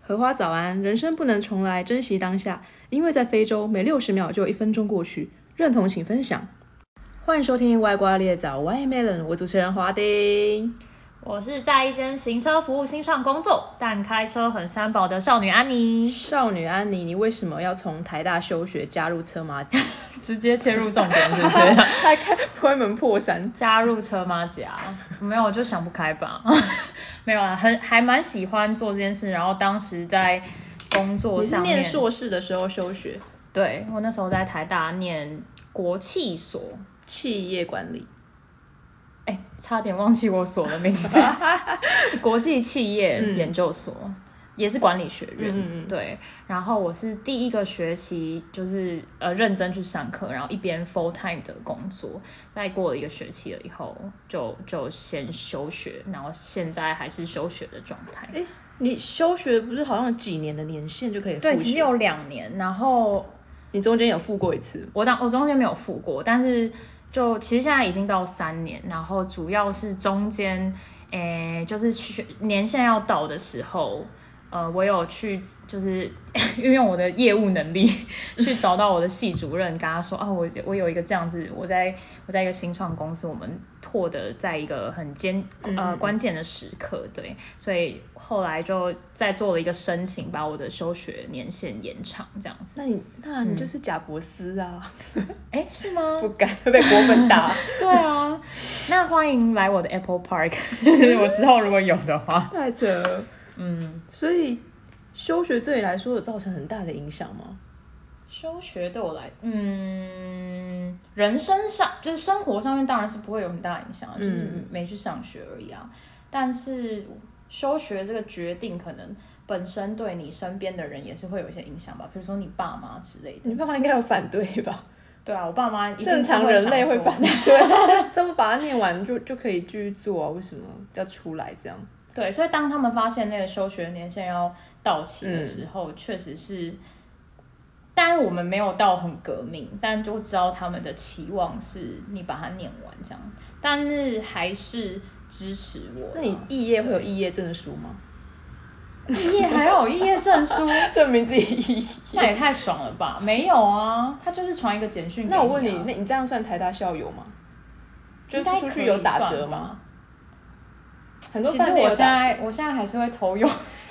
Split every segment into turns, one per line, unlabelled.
荷花早安，人生不能重来，珍惜当下，因为在非洲每六十秒就有一分钟过去。认同请分享。欢迎收听外挂猎早 Y Melon，我主持人华丁。
我是在一间行车服务新创工作，但开车很三宝的少女安妮。
少女安妮，你为什么要从台大休学加入车马甲？
直接切入重点是 不是？
开开推门破山。
加入车妈家？没有，我就想不开吧。 没有啊，很还蛮喜欢做这件事。然后当时在工作
你是
上面，
念硕士的时候休学，
对我那时候在台大念国企所，
企业管理。
哎、差点忘记我所的名 字，国际企业研究所，也是管理学院。
嗯嗯嗯
对，然后我是第一个学期就是呃认真去上课，然后一边 full time 的工作，再过了一个学期了以后，就就先休学，然后现在还是休学的状态。
哎，你休学不是好像有几年的年限就可以复
对，
学
其实有两年，然后
你中间有复过一次。
我当我中间没有付过，但是就其实现在已经到三年，然后主要是中间，诶、就是学年限要到的时候，呃，我有去就是 运用我的业务能力去找到我的系主任，跟他说啊，我我有一个这样子，我在我在一个新创公司，我们拓的在一个很艰呃关键的时刻，对，所以后来就再做了一个申请，把我的休学年限延长，这样子。
那你那你就是贾博斯啊，
哎、是吗？
嗯不敢会被国分打。
对啊，那欢迎来我的 Apple Park，我 之后如果有的话，
太扯了。嗯，所以休学对你来说有造成很大的影响吗？
休学对我来，嗯，人生上就是生活上面当然是不会有很大影响啊，就是
嗯
没去上学而已啊。但是休学这个决定，可能本身对你身边的人也是会有一些影响吧，比如说你爸妈之类的。
你爸妈应该有反对吧？
对啊，我爸妈一定
正常人类会反
对。
对， 这么把它念完就就可以继续做啊？为什么要出来这样？
对，所以当他们发现那个休学年限要到期
嗯
的时候，确、实是，当然我们没有到很革命，但就知道他们的期望是你把它念完这样，但是还是支持我啦。
那你肄业会有肄业证书 吗？
毕业还要有毕业证书，
证明自己肄业。
那也太爽了吧？没有啊，他就是传一个简讯、啊
那我问你，，那你这样算台大校友吗？就是出去有打折吗？？很多
其实
饭店
我
有
现
打折
在我现在还是会偷用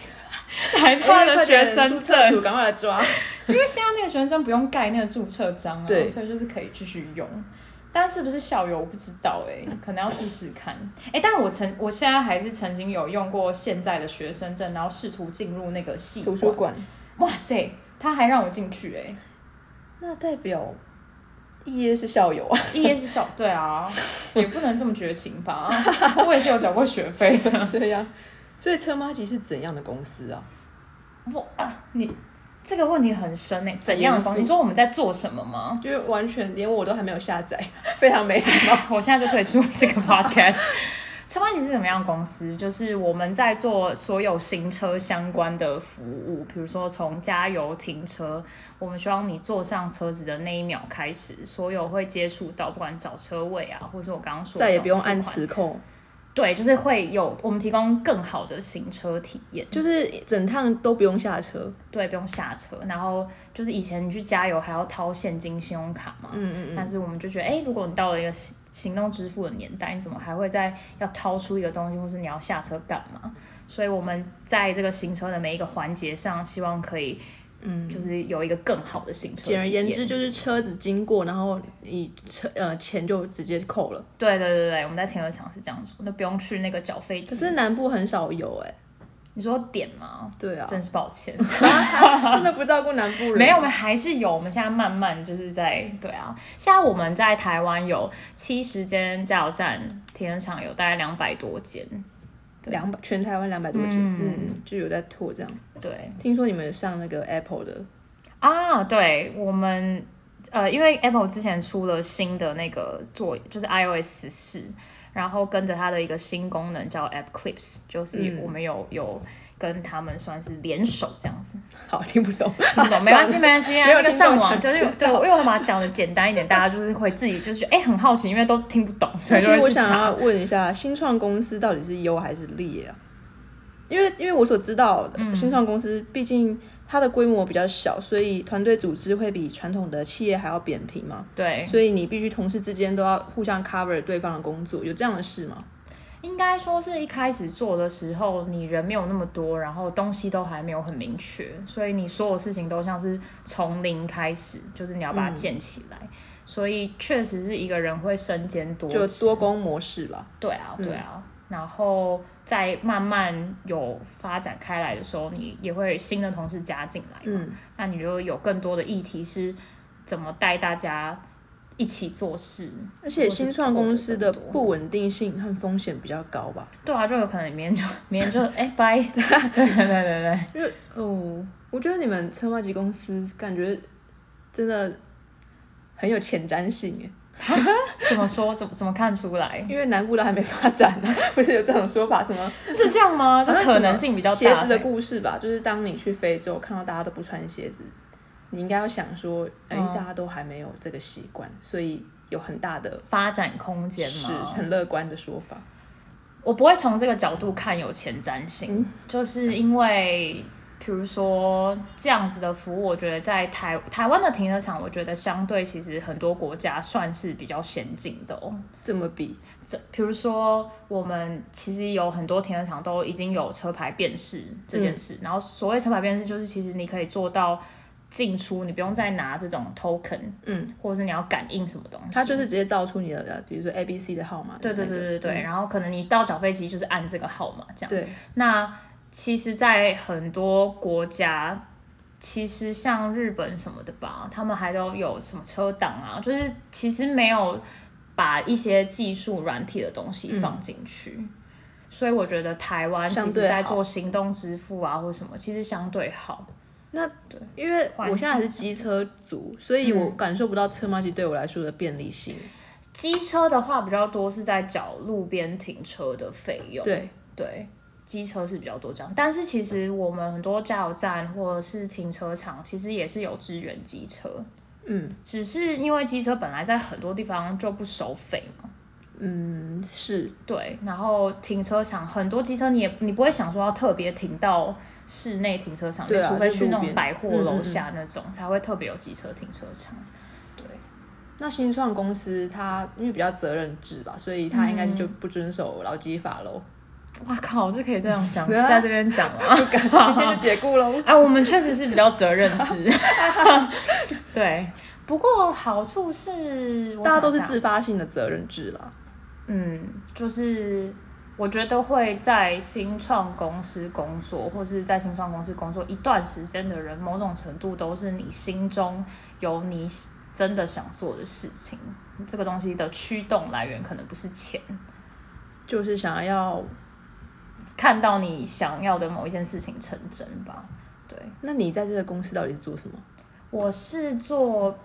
台
哎快
大
点
的学生
注册
证
组，赶快来抓。
因为现在那个学生证不用盖那个注册章啊，
对
所以就是可以继续用。但是不是校友我不知道哎、可能要试试看哎、但我曾我现在还是曾经有用过现在的学生证，然后试图进入那个系
图书。馆，
哇塞，他还让我进去哎、
那代表肄业是校友啊？
一夜是校对啊，也不能这么绝情吧？我也是有缴过学费 的。
这样，所以车妈吉是怎样的公司啊？
我啊，你这个问题很深哎、怎样的
很严肃
东西？你说我们在做什么吗？
就是完全连我都还没有下载，非常没礼貌。
我现在就退出这个 podcast。车班级是怎么样的公司？就是我们在做所有行车相关的服务，比如说从加油、停车，我们希望你坐上车子的那一秒开始，所有会接触到，不管找车位啊，或是我刚刚说的
再也不用
找付款
按，磁扣，
对，就是会有我们提供更好的行车体验，
就是整趟都不用下车。
对，不用下车。然后就是以前你去加油还要掏现金、信用卡嘛，
嗯嗯
但是我们就觉得，哎、如果你到了一个行行动支付的年代，你怎么还会再要掏出一个东西，或是你要下车干嘛？所以我们在这个行车的每一个环节上，希望可以，
嗯，
就是有一个更好的行车。
简而言之，，就是车子经过，然后你车呃钱就直接扣了。
对对对对，我们在停车场是这样做，那不用去那个缴费
可
机。
是南部很少有哎、
你说点吗？
对 啊，
真是抱歉，
真的不照顾南部人。
没有，我们还是有，我们现在慢慢就是在对啊，现在我们在台湾有七十间加油站，停车场有大概两百多间，
两百全台湾两百多间，嗯就有在拓这样。
对，
听说你们有上那个 Apple 的，
啊，对，我们呃，因为 Apple 之前出了新的那个做，就是 iOS 十四，然后跟着它的一个新功能叫 App Clips，就是我们有、有跟他们算是联手这样子，
好听不懂，
听不懂没关系，没关系啊，
没有
那个
听懂
上网
就
就
知
是对我，因为我把它讲的简单一点，大家就是会自己就是觉得哎、很好奇，因为都听不懂，所
所
以
以
就会
我
去
想
查。
要问一下，新创公司到底是优还是劣啊？因为因为我所知道的新创公司，毕竟它的规模比较小，所以团队组织会比传统的企业还要扁平嘛。
对，
所以你必须同事之间都要互相 cover 对方的工作，有这样的事吗？
应该说是一开始做的时候，你人没有那么多，然后东西都还没有很明确，所以你所有事情都像是从零开始，就是你要
嗯
把它建起来。所以确实是一个人会身兼多
就
职
多工模式吧。
对啊，
嗯
对啊。然后再慢慢有发展开来的时候，你也会新的同事加进来嘛。
嗯
那你就有更多的议题是怎么带大家一起做事，
而且新创公司的
或是
不稳定性和风险比较高吧？
对啊，就有可能明天就 明天就哎拜， 对对对对
因为哦，我觉得你们策划级公司感觉真的很有前瞻性耶，
对，怎么说怎么怎么看出来
因为南部都还没发展呢、 不是有这种说法？什么
是这样吗？就
好像
啊可能性比较大。
什么鞋子的故事吧，就是当你去非洲看到大家都不穿鞋子，你应该要想说，哎、
嗯
大家都还没有这个习惯，所以有很大的
发展空间
是
吗？
很乐观的说法。
我不会从这个角度看有前瞻性，
嗯
就是因为比如说这样子的服务，我觉得在台台湾的停车场，我觉得相对其实很多国家算是比较先进的哦。
这么比，
这比如说我们其实有很多停车场都已经有车牌辨识这件
嗯
事，然后所谓车牌辨识就是其实你可以做到。进出你不用再拿这种 token，
嗯，
或者是你要感应什么东西，
它就是直接造出你的，呃比如说 A、B、C 的号码。
对对对对
嗯
对，然后可能你到缴费机就是按这个号码这样。
对，
那其实，在很多国家，其实像日本什么的吧，他们还都有什么车档啊，就是其实没有把一些技术软体的东西放进去。所以我觉得台湾
嗯
其
相
实
对
在
好
做行动支付啊或什么，其实相对好。
因为我现在还是机车族，所以
嗯
我感受不到车马机对我来说的便利性。
机车的话比较多是在缴路边停车的费用，
对，
对，机车是比较多这样，但是其实我们很多加油站或者是停车场，其实也是有支援机车，
嗯
只是因为机车本来在很多地方就不收费嘛，
嗯，是
对，然后停车场很多机车你也你不会想说要特别停到室内停车场，
对啊
除非
就
去
路
那种
边
百货
嗯嗯
楼
嗯
下那种、才会特别有机车停车场，对。
那新创公司它因为比较责任制吧，所以它应该是
嗯
就不遵守劳基法喽，
哇靠，这可以这样 讲，
对啊
在这边讲啊，
今天就解雇喽。
啊，我们确实是比较责任制，对。不过好处是，我
大家都
想
是
想，
自发性的责任制啦，
嗯，就是我觉得会在新创公司工作，或是在新创公司工作一段时间的人，某种程度都是你心中有你真的想做的事情，这个东西的驱动来源可能不是钱，
就是想要。
看到你想要的某一件事情成真吧，对。
那你在这个公司到底是做什么？
我是做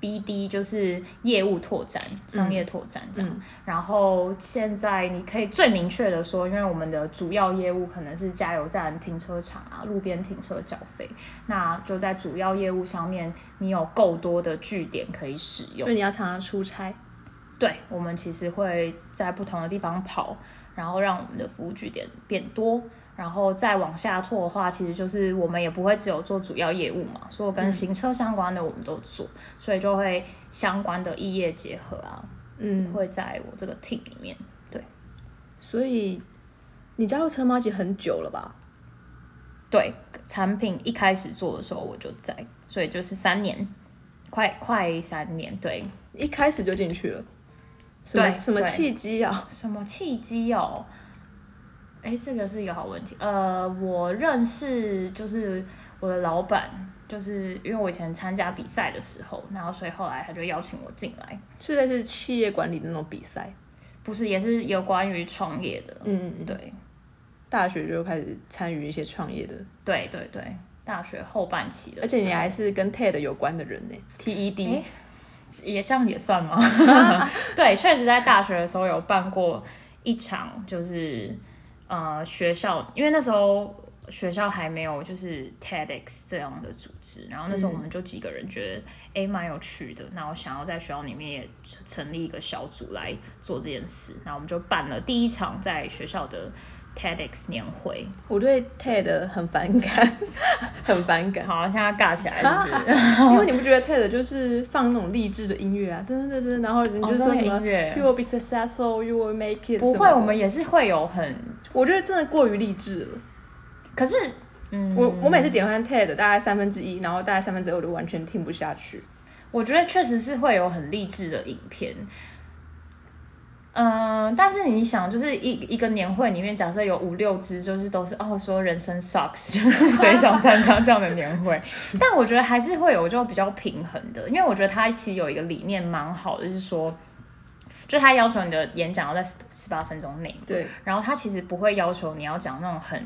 BD，就是业务拓展、商业拓展这样。然后现在你可以最明确的说，因为我们的主要业务可能是加油站、停车场啊、路边停车缴费，那就在主要业务上面，你有够多的据点可以使用
所。以你要常常出差，
对，我们其实会在不同的地方跑，然后让我们的服务据点变多。然后再往下拓的话，其实就是我们也不会只有做主要业务嘛，所有跟行车相关的我们都做，所以就会相关的异业结合啊，
嗯，
会在我这个 team 里面。
所以你加入车马姐很久了吧？
对，产品一开始做的时候我就在，所以就是三年，快快三年。对，
一开始就进去了，什么
对
什么
对
契机啊？
什么契机哦？哎，这个是一个好问题。呃，我认识就是我的老板，就是因为我以前参加比赛的时候，然后所以后来他就邀请我进来，
是类似企业管理的那种比赛，
不是也是有关于创业的，
嗯，嗯嗯
对
大学就开始参与一些创业的，
对对对，大学后半期的时候，
而且你还是跟 TED 有关的人呢，TED，E
啊诶也这样也算吗？ 对，确实在大学的时候有办过一场，就是呃学校，因为那时候学校还没有就是 TEDx 这样的组织，然后那时候我们就几个人觉得诶蛮、有趣的，然后想要在学校里面也成立一个小组来做这件事，然后我们就办了第一场在学校的 TEDx 年会。
我对 TED 很反感， 很反感。
好，现在尬起来是不是？
因为你不觉得 TED 就是放那种励志的音乐啊，噔噔噔噔，然后你就说什么、
哦真的音乐
“You will be successful, you will make it”。
不会，我们也是会有很，
我觉得真的过于励志了。
可是嗯，
我我每次点开 TED 大概三分之一，然后大概三分之二我就完全听不下去。
我觉得确实是会有很励志的影片。嗯，但是你想，就是一一个年会里面，假设有五六支，就是都是哦说人生 sucks，就是 谁想参加这样的年会？但我觉得还是会有就比较平衡的，因为我觉得他其实有一个理念蛮好的，就是说，就是他要求你的演讲要在十八分钟内，
对，
然后他其实不会要求你要讲那种很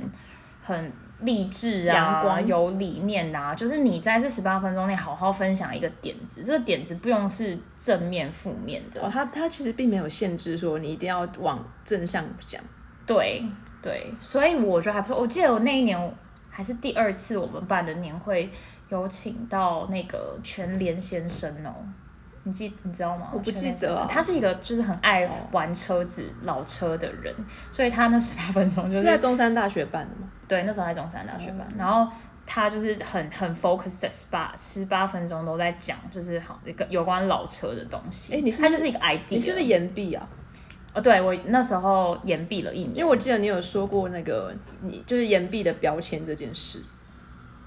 很励志啊
阳、光
有理念啊，就是你在这十八分钟内好好分享一个点子，这个点子不用是正面负面
哦，
的，
他他其实并没有限制说你一定要往正向讲。
对对，所以我觉得还不错。我记得我那一年还是第二次我们办的年会，有请到那个全联先生哦。你记你知道吗？
我不
全联
记得
先生
啊哦
他是一个就是很爱玩车子、老车的人，所以他那十八分钟就是
是在中山大学办的吗？
对，那时候在中山大学
嗯
吧。然后他就是很很 focus 在十八十八分钟都在讲，就是好一个有关老车的东西。
诶你是不是
他就是一个 idea，
你是不是延毕啊？
哦，对我那时候延毕了一
因为
年。
我记得你有说过那个你就是延毕的标签这件事。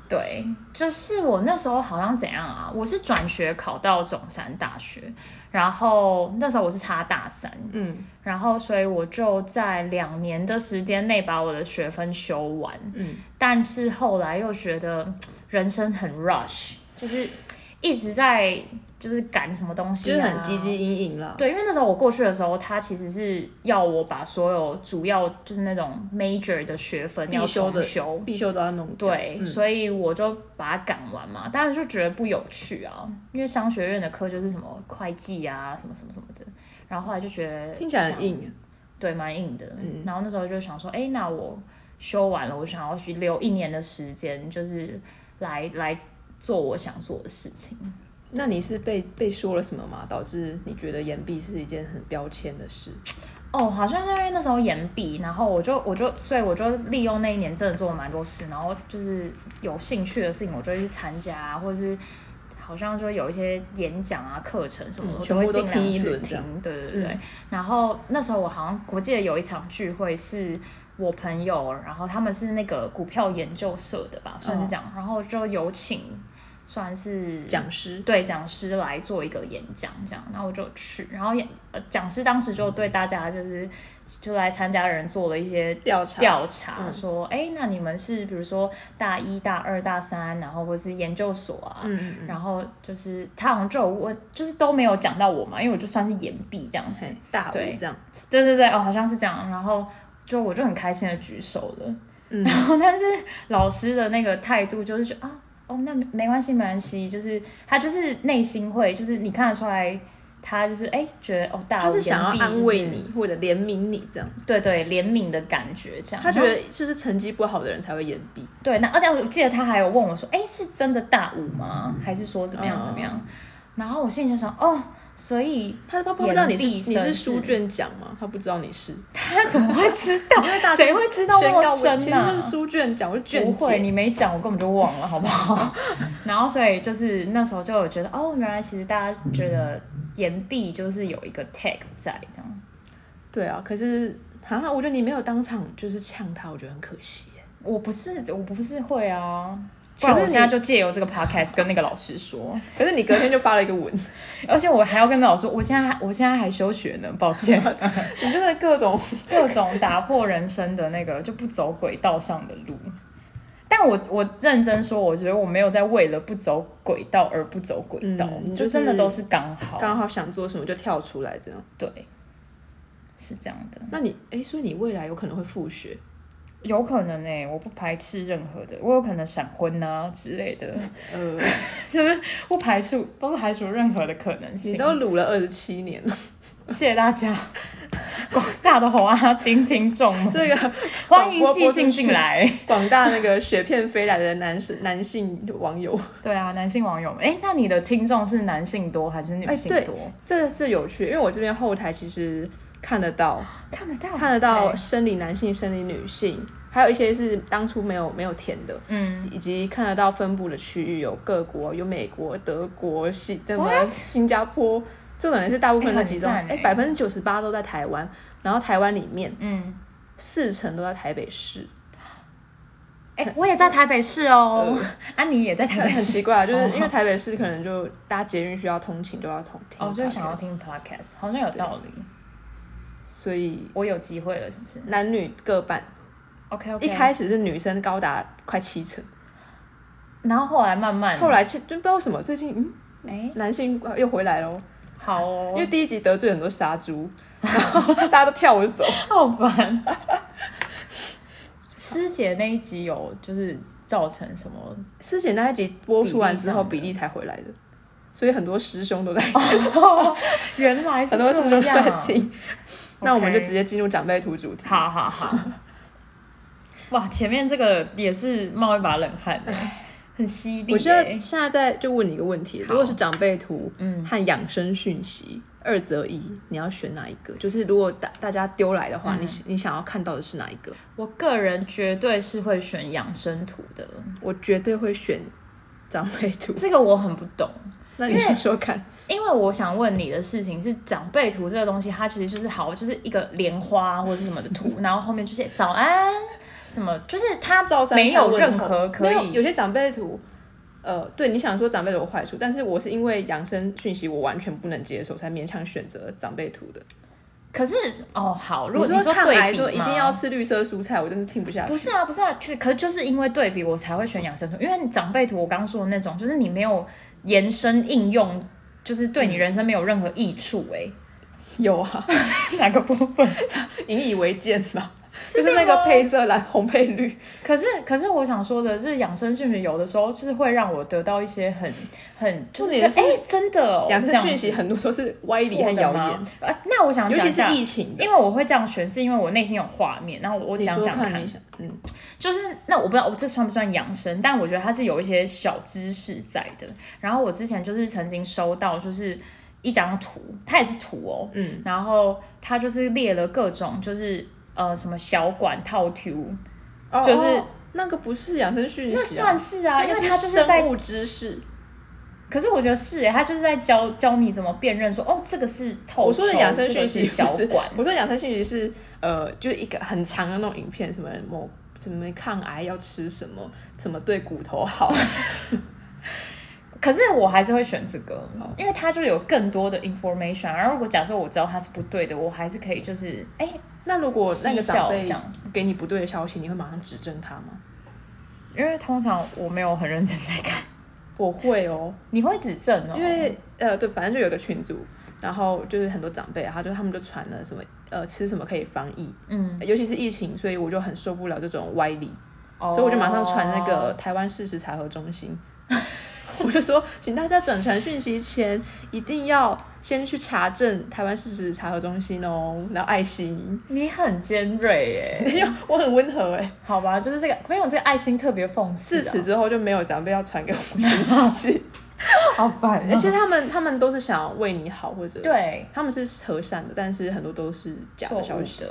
对，就是我那时候好像怎样啊？我是转学考到中山大学，然后那时候我是差大三，
嗯，
然后所以我就在两年的时间内把我的学分修完。
嗯，
但是后来又觉得嗯人生很 rush，就是一直在就是赶什么东西、
就
啊，
是很积极啊阴影啦。
对，因为那时候我过去的时候，他其实是要我把所有主要就是那种 major 的学分要
必修的
重修，
必修都要弄掉
对，
嗯
所以我就把它赶完嘛，当然就觉得不有趣啊，因为商学院的课就是什么会计啊，什么什么什么的，然后后来就觉得
听起来
想
很硬。
对，蛮硬的。然后那时候就想说，哎、那我修完了，我想要去留一年的时间，就是来来做我想做的事情。
那你是被被说了什么吗？导致你觉得延毕是一件很标签的事？
哦，好像是因为那时候延毕，然后我就我就所以我就利用那一年真的做了蛮多事，然后就是有兴趣的事情我就会去参加、啊，或者是好像就有一些演讲啊、课程什么，
嗯
我
全部
会
都
尽量
听一
去
轮这
听
样。嗯
对对对对。然后那时候我好像我记得有一场聚会是。我朋友，然后他们是那个股票研究社的
哦
吧，算是这样。然后就有请，算是
讲师
对讲师来做一个演讲，这样，然后我就去，然后演呃讲师当时就对大家就是就来参加的人做了一些
嗯调查嗯
调查，说，哎、那你们是比如说大一大二大三，然后或是研究所啊，
嗯，
然后就是他好像就有问，就是都没有讲到我嘛，因为我就算是延毕这样子，
嘿，大五
对
这样，
对对对，哦，好像是这样，然后就我就很开心的举手了，
嗯
然后但是老师的那个态度就是觉得啊，哦，那没没关系，没关系，就是他就是内心会，就是你看得出来，他就是哎、觉得哦，大
他
家
是想要安慰，你或者怜悯你这样。
对对，怜悯的感觉这样，
他觉
然后
得就是成绩不好的人才会延毕，
对，那而且我记得他还有问我说，哎、是真的大五吗？还是说怎么
嗯
样怎么样？然后我心里就想，哦，所以
他他不知道你是
延
你
毕生
是书卷奖吗？他不知道你是，
他怎么会知道？
大家
谁会知道那
宣
么
告
深啊
其
呢、
实就是书卷奖，我是
不
卷
会，
姐。
你没讲，我根本就忘了，好不好？ 然后所以就是那时候就有觉得，哦，原来其实大家觉得岩壁就是有一个 tag 在这样。
对啊，可是哈，我觉得你没有当场就是呛他，我觉得很可惜 耶。
我不是，我不是会啊。不
可是你
然我现在就借由这个 podcast 跟那个老师说，
可是你隔天就发了一个文，
而且我还要跟老师说，我现在还我现在还休学呢，抱 歉，
你真的各种
各种打破人生的那个就不走轨道上的路。但我我认真说，我觉得我没有在为了不走轨道而不走轨道，
嗯你就
就
是
真的都是刚好，
刚好想做什么就跳出来这样。
对，是这样的，
那你哎，所以你未来有可能会复学，
有可能哎、我不排斥任何的，我有可能闪婚啊之类的，
呃，
就是不排除不排除任何的可能
你
性。
都卤了二十七年了，
谢谢大家，广大的华听听众们，
这 个
欢迎寄信进来。
广大那个雪片飞来的男士男性网友，
对啊，男性网友们，哎、那你的听众是男性多还是女性
哎对
多？
这这有趣，因为我这边后台其实看得到，
看得到，
看得到
哦 OK，
生理男性、生理女性，还有一些是当初没有没有填的，
嗯，
以及看得到分布的区域有各国，有美国、德国、新什么
What？
新加坡，这可能是大部分的集中。
哎很
哎、
赞哎
百分之九十八都在台湾，然后台湾里面
嗯，
四成都在台北市，
哎、我也在台北市哦，安妮也在台
很
北
呃很
市，
奇怪，啊就是
哦
因为台北市可能就搭捷运需要通勤都要通听，
哦，就是想要，听 podcast，好像有道理，
所以
我有机会了，是不是
男女各半。
？OK OK，
一开，始是女生高达快七成，
然后后来慢慢，
后来就就不知道为什么最近嗯
哎、
男性又回来了哦，
好哦，
因为第一集得罪很多杀猪，然后大家都跳着走。
好烦。 师姐那一集有就是造成什么？
师姐那一集播出完之后，
比
比
例
例才回来的，所以很多师兄都在，
原来是
很多师兄
这
都在
样。
听。那我们就直接进入长辈图主题。
好好好。哇，前面这个也是冒一把冷汗的，很犀利耶。欸
我觉得现在在就问你一个问题：
好
如果是长辈图
嗯
和养生讯息二择一，你要选哪一个？就是如果大大家丢来的
嗯
话，你你想要看到的是哪一个？
我个人绝对是会选养生图的，
我绝对会选长辈图。
这个我很不懂。
那你说说看，
因为我想问你的事情是长辈图这个东西，它其实就是好，就是一个莲花或者是什么的图，然后后面就是早安什么，就是它
照三餐
没有
问
任
候
何可
没有
以
有些长辈图，呃，对你想说长辈图有坏处，但是我是因为养生讯息我完全不能接受，才勉强选择长辈图的。
可是哦，好，如果
你
你
说抗癌
对比
说
吗
一定要吃绿色蔬菜，我真的听不下去。
不是啊，不是啊，就是可就是因为对比我才会选养生图，因为你长辈图我刚刚说的那种，就是你没有延伸应用，就是对你人生没有任何益处哎、
有啊，
哪个部分？
引以为戒吧，
是
就是那
这样
个
吗
配色蓝、红配绿，
可是可是我想说的是，养生讯息有的时候就是会让我得到一些很很就是
重
哎、
点是
诶真的哦，
养
这
生
样
讯息
子
很多都是歪理和
错的
谣
吗
言，
呃，那我想
尤
讲
其
一
是
下
疫情的。
因为我会这样选，是因为我内心有画面，然后我我
你
讲
说
讲
看，你想嗯，
就是那我不知道我这算不算养生，但我觉得它是有一些小知识在的。然后我之前就是曾经收到就是一张图，它也是图哦，
嗯，
然后它就是列了各种就是呃什么小管套 Q，
哦
就是
哦那个不是养生讯息、啊，
那算是啊，因
那
为
个
它就是在
生物知识。
可是我觉得是耶，他就是在教教你怎么辨认说，哦，这个是透
我说的
抽
养生
这个
讯息
是小
不是
管，
我说养生讯息是呃，就是一个很长的那种影片，什么某什么抗癌要吃什么，怎么对骨头好，
可是我还是会选这个，
哦
因为它就有更多的 information。然后啊如果假设我知道它是不对的，我还是可以就是哎、
那如果那个长
嬉笑
辈
这样子
给你不对的消息，你会马上指正他吗？
因为通常我没有很认真在看，
我会哦，
你会指正哦，
因为呃，对，反正就有个群组，然后就是很多长辈，啊他就他们就传了什么呃吃什么可以防疫，
嗯，
尤其是疫情，所以我就很受不了这种歪理，
哦
所以我就马上传那个台湾事实查核中心， 我就说，请大家转传讯息前一定要先去查证台湾事实查核中心哦，然后爱心。
你很尖 锐耶，
没有，我很温和 哎。
好吧，就是这个没有这个爱心特别讽刺、
自
啊，
此之后就没有长辈要传给我讯 息，
好烦、哦
而且他们他们都是想要为你好，或者
对
他们是和善的，但是很多都是假
错
的
误
消息，
的。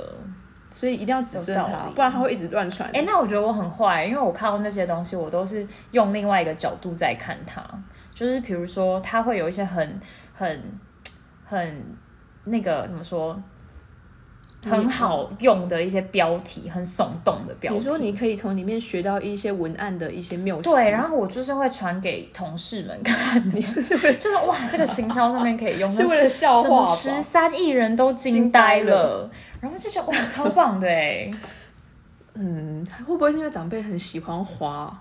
所以一定要指正
有道
他
理，
不然他会一直乱传。
哎、那我觉得我很坏，因为我看到那些东西，我都是用另外一个角度在看它。就是比如说，它会有一些很、很、很那个怎么说，很好用的一些标题，很耸动的标题。
你说你可以从里面学到一些文案的一些缪斯，
对，然后我就是会传给同事们看，
你是为了
就是哇，这个行销上面 可以用，
是为了笑
什
话
么
吧？
十三亿人都惊
惊呆
呆了，然后就觉得哇，超棒的哎。
嗯，会不会是因为长辈很喜欢花？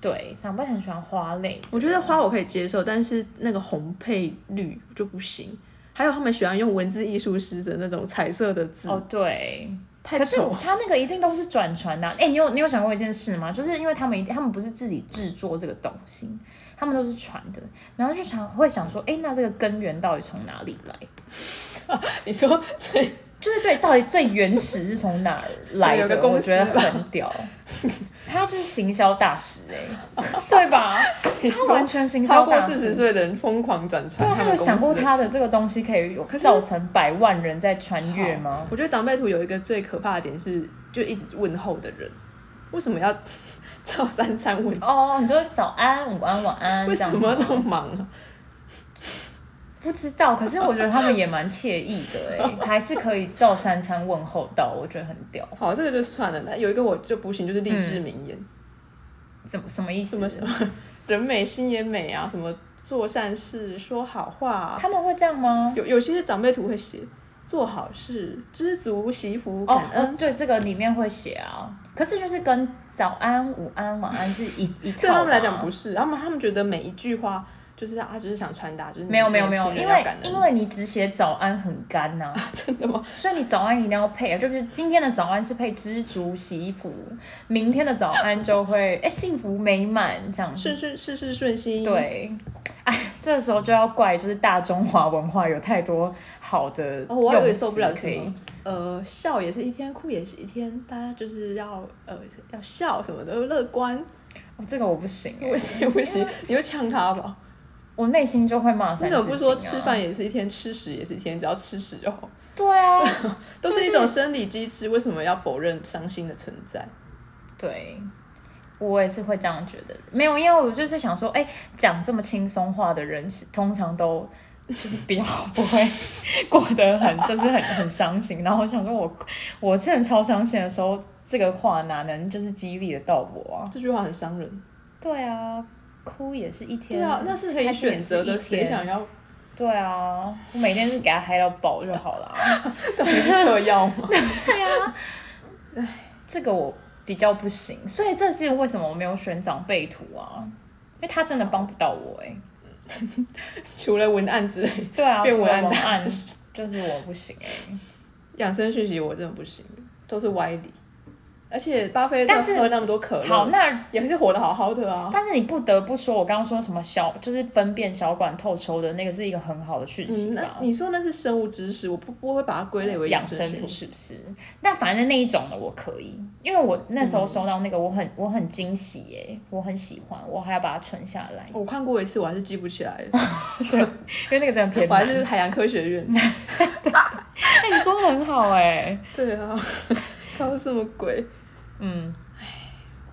对，长辈很喜欢花 类，
我觉得花我可以接受，但是那个红配绿就不行。还有他们喜欢用文字艺术师的那种彩色的字，
哦，对，
太
可是
丑。
他那个一定都是转传的、啊。哎、你有你有想过一件事吗？就是因为他们一定他们不是自己制作这个东西，他们都是传的，然后就想会想说，哎、那这个根源到底从哪里来？
你说 最
就是对，到底最原始是从哪儿来
有
的？
个公
我
司
觉得很屌。他就是行销大师哎、对吧？他完全行
超
销
过
大
四十
师。
岁的人疯狂转传
对啊，
他
他
们
有
公司
想过
的
他的这个东西可以有造成百万人在穿越吗？
我觉得长辈图有一个最可怕的点是，就一直问候的人，为什么要 照三餐问？
哦，你说早安、午安、晚安，
为
这
什
样子
么
吗
那么忙啊？
不知道，可是我觉得他们也蛮惬意 的哎、还是可以照三餐问候到，我觉得很屌。
好，这个就算了。那有一个我就不行，就是励志名言，
嗯怎么什么意思？
什么什么人美心也美啊，什么做善事、说好话、啊，
他们会这样吗？
有有些长辈图会写做好事、知足、惜福、
哦
感，恩。
哦对，这个里面会写啊。可是就是跟早安、午安、晚安是一一套。
对他们来
啊
讲不，是，他们他们觉得每一句话就是啊，就是想传达，就是
没有没有没有，
年轻
因
人要
为
感恩
因为你只写早安很干呐、
真的吗？
所以你早安一定要配啊，就是今天的早安是配知足惜福，明天的早安就会哎、幸福美满这样子。
顺顺事事顺心，，
对，哎，这个时候就要怪就是大中华文化有太多好的
哦，我还以为
用词
受不了
可
什
以
么，呃，笑也是一天，哭也是一天，大家就是要呃要笑什么的，乐观。
哦这个我不行
我
哎、
也不行，你会呛他吧？
我内心就会骂三
为
字
什
经、
么
啊。
不说吃饭？也是一天，吃屎也是一天，只要吃屎就好？
对 啊，
都
就是
一种生理机制，为什么要否认伤心的存在？
对，我也是会这样觉得。没有，因为我就是想说，哎、讲这么轻松话的人，是通常都就是比较不会过得很，就是很很伤心。然后我想说我，我之前超伤心的时候，这个话哪能就是激励得到我啊？
这句话很伤人。
对啊，哭也是一天。
对啊，那是可以
开心
选
也是
择
一
的，谁
天
想要？
对啊，我每天是给他嗨到饱就好了。
到底是嗑药吗？
对啊，这个我比较不行，所以这是为什么我没有选长辈图啊，因为他真的帮不到我哎、
除了文案之类，
对啊，
变
除了
文案
文案就是我 不行哎、
养生讯息我真的不行，都是歪理。而且巴菲特
但是
喝那么多可乐，
好，那
也是活得好好的啊。
但是你不得不说，我刚刚说什么小就是分辨小管透抽的那个是一个很好的讯息
嗯，
啊吧
那。你说那是生物知识，我不不会把它归类为
养
生
生图
识。
是不是？但反正那一种的我可以，因为我那时候收到那个，我很我很惊喜耶、我很喜欢，我还要把它存下来，
我看过一次，我还是记不起来，
因为那个真的偏
我还
难。
是海洋科学院。
哎、你说的很好哎、
对啊，搞什么鬼？
嗯，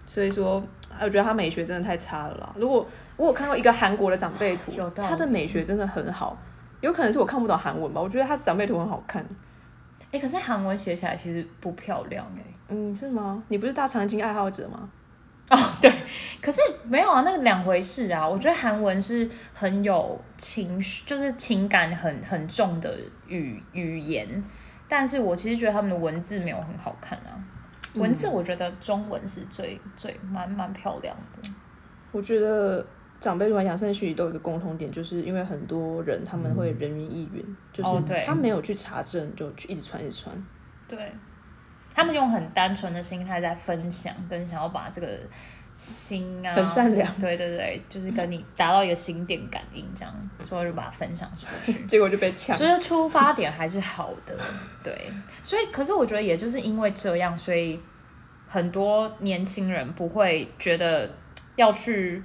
所以说，哎我觉得他美学真的太差了啦。如果我有看到一个韩国的长辈图
有，道理
他的美学真的很好，有可能是我看不懂韩文吧。我觉得他的长辈图很好看。
哎、可是韩文写起来其实不漂亮哎、
嗯，是吗？你不是大长今爱好者吗？
可是没有啊，那个两回事啊。我觉得韩文是很有情绪，就是情感很很重的语语言，但是我其实觉得他们的文字没有很好看啊。文字我觉得中文是最最蛮蛮漂亮的。
我觉得长辈图和养生学都有一个共同点，就是因为很多人他们会人云亦云，就是
哦对
他没有去查证，就去一直传一直传。
对，他们用很单纯的心态在分享，跟想要把这个心啊，
很善良，
对对对，就是跟你达到一个心电感应，这样，所以就把它分享出 去。
结果就被抢。
就是出发点还是好的，对，所以可是我觉得也就是因为这样，所以很多年轻人不会觉得要去，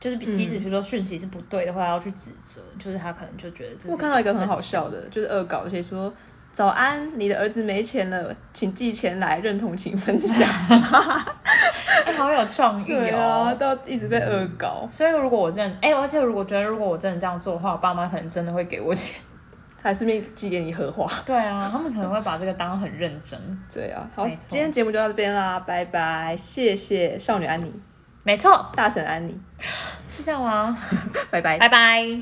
就是
嗯
比即使比如说讯息是不对的话，要去指责，就是他可能就觉得这是
我看到一个很好
分享，
笑的，就是恶搞，写说早安，你的儿子没钱了，请寄钱来，认同请分 享。
哎好有嗯创意
对啊，
哦。
都一直被恶搞，
所以如果我真的哎、而且如果觉得如果我真的这样做的话，我爸妈可能真的会给我钱。
还顺便寄给你荷花。
对啊，他们可能会把这个当很认真。
对啊，好，
没错
今天节目就到这边啦，拜拜，谢谢少女安妮，
没错，
大神安妮，
是这样吗？
拜拜。
拜拜。